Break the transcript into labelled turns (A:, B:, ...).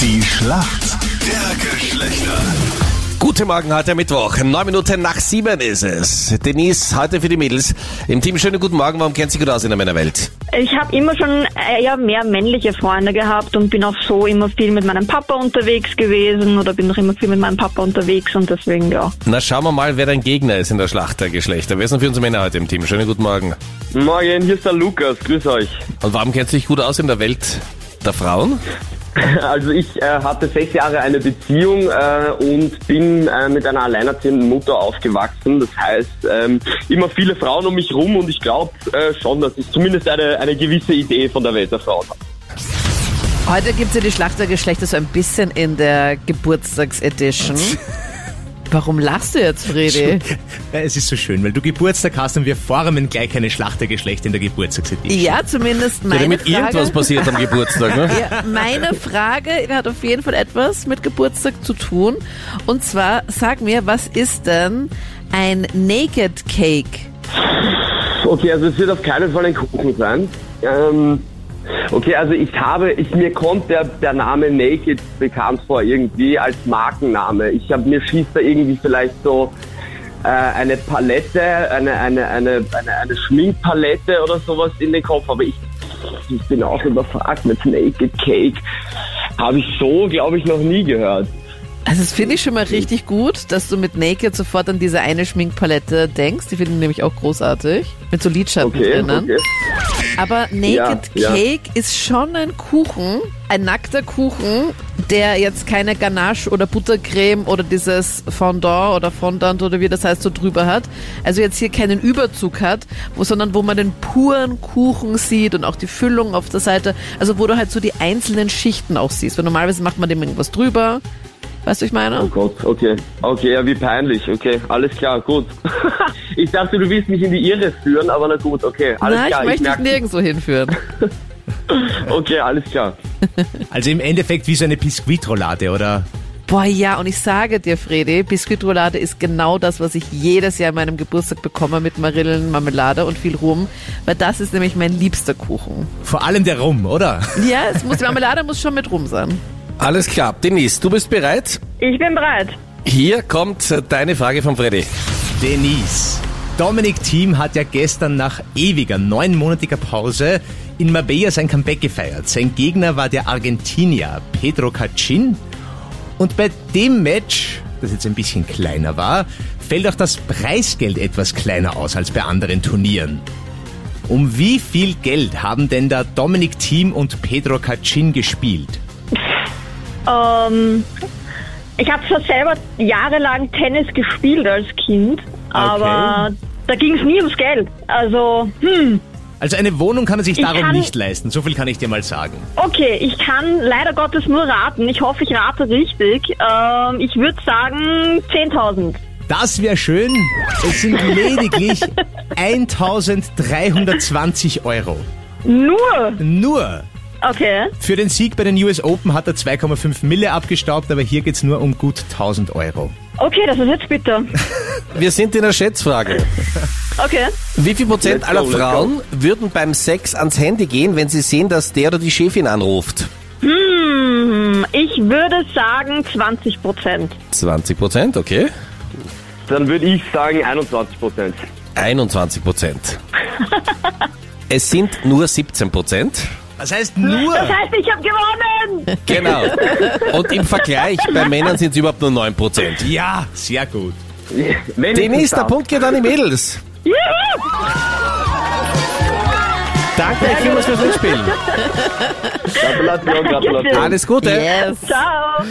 A: Die Schlacht der Geschlechter.
B: Guten Morgen, heute Mittwoch. Neun Minuten nach sieben ist es. Denise, heute für die Mädels. Im Team schönen guten Morgen. Warum kennt sie gut aus in der Männerwelt?
C: Ich habe immer schon eher mehr männliche Freunde gehabt und bin auch so immer viel mit meinem Papa unterwegs gewesen oder bin noch immer viel mit meinem Papa unterwegs und deswegen ja.
B: Na, schauen wir mal, wer dein Gegner ist in der Schlacht der Geschlechter. Wer sind für uns Männer heute im Team? Schönen guten Morgen.
D: Morgen, hier ist der Lukas, grüß euch.
B: Und warum kennt sie sich gut aus in der Welt der Frauen?
D: Also ich äh, hatte sechs Jahre eine Beziehung äh, und bin äh, mit einer alleinerziehenden Mutter aufgewachsen. Das heißt, ähm, immer viele Frauen um mich rum und ich glaube äh, schon, dass ich zumindest eine, eine gewisse Idee von der Welt der Frauen habe.
E: Heute gibt es ja die Schlacht der Geschlechter so ein bisschen in der Geburtstagsedition. Warum lachst du jetzt, Fredi?
F: Ja, es ist so schön, weil du Geburtstag hast und wir formen gleich eine Schlachtergeschlecht in der Geburtstagsedition.
E: Ja, zumindest meine
B: ja, damit
E: Frage.
B: irgendwas passiert am Geburtstag, ne?
E: Ja, meine Frage hat auf jeden Fall etwas mit Geburtstag zu tun. Und zwar, sag mir, was ist denn ein Naked Cake?
D: Okay, also es wird auf keinen Fall ein Kuchen sein. Ähm, okay, also ich habe, ich, mir kommt der, der Name Naked bekannt vor irgendwie als Markenname. Ich habe mir schießt da irgendwie vielleicht so äh, eine Palette, eine, eine, eine, eine, eine Schminkpalette oder sowas in den Kopf, aber ich, ich bin auch überfragt mit Naked Cake. Habe ich so, glaube ich, noch nie gehört.
E: Also das finde ich schon mal richtig gut, dass du mit Naked sofort an diese eine Schminkpalette denkst. Die finde ich nämlich auch großartig. Mit so Lidschatten
D: Okay,
E: drinnen.
D: okay.
E: Aber Naked
D: Ja, ja.
E: Cake ist schon ein Kuchen, ein nackter Kuchen, der jetzt keine Ganache oder Buttercreme oder dieses Fondant oder Fondant oder wie das heißt so drüber hat. Also jetzt hier keinen Überzug hat, wo, sondern wo man den puren Kuchen sieht und auch die Füllung auf der Seite. Also wo du halt so die einzelnen Schichten auch siehst. Weil normalerweise macht man dem irgendwas drüber. Weißt du, ich meine?
D: Oh Gott, okay. Okay, ja, wie peinlich. Okay, alles klar, gut. ich dachte, du willst mich in die Irre führen, aber na gut, okay, alles
E: Nein,
D: klar.
E: ich möchte dich
D: merk's.
E: nirgendwo hinführen.
D: Okay, alles klar.
F: Also im Endeffekt wie so eine Biskuitroulade, oder?
E: Boah, ja, und ich sage dir, Fredi, Biskuitroulade ist genau das, was ich jedes Jahr an meinem Geburtstag bekomme mit Marillen, Marmelade und viel Rum, weil das ist nämlich mein liebster Kuchen.
F: Vor allem der Rum, oder?
E: Ja, es muss, die Marmelade muss schon mit Rum sein.
B: Alles klar. Denise, du bist bereit?
C: Ich bin bereit.
B: Hier kommt deine Frage von Freddy.
F: Denise. Dominik Thiem hat ja gestern nach ewiger neunmonatiger Pause in Marbella sein Comeback gefeiert. Sein Gegner war der Argentinier Pedro Cachin. Und bei dem Match, das jetzt ein bisschen kleiner war, fällt auch das Preisgeld etwas kleiner aus als bei anderen Turnieren. Um wie viel Geld haben denn da Dominik Thiem und Pedro Cachin gespielt?
C: Ähm, ich habe zwar selber jahrelang Tennis gespielt als Kind, aber da ging es nie ums Geld. Also, hm,
F: Also eine Wohnung kann er sich
C: Ich
F: darum
C: kann-
F: nicht leisten, so viel kann ich dir mal sagen.
C: okay, ich kann leider Gottes nur raten. Ich hoffe, ich rate richtig. Ähm, ich würde sagen 10.000.
F: Das wäre schön. Es sind lediglich 1320 Euro.
C: Nur?
F: Nur
C: Okay.
F: für den Sieg bei den US Open hat er 2,5 Mille abgestaubt, aber hier geht's nur um gut 1000 Euro.
C: Okay, das ist jetzt bitter.
B: Wir sind in der Schätzfrage.
C: Okay.
B: Wie viel Prozent
D: Let's go,
B: aller
D: let's go.
B: Frauen würden beim Sex ans Handy gehen, wenn sie sehen, dass der oder die Chefin anruft?
C: Hm, ich würde sagen 20 Prozent.
B: 20 Prozent, okay.
D: Dann würde ich sagen 21 Prozent.
B: 21 Prozent. es sind nur 17 Prozent.
F: Das heißt nur.
C: Das heißt, ich habe gewonnen!
B: Genau. Und im Vergleich, bei Männern sind es überhaupt nur 9 Prozent.
F: Ja, sehr gut.
D: Wenn ich
B: Denise,
D: das
B: der
D: darf.
B: Punkt geht an die Mädels.
C: Juhu!
B: Danke euch vielmals fürs Mitspielen.
D: Gratulation, Gratulation.
B: Alles Gute.
E: Yes.
C: Ciao!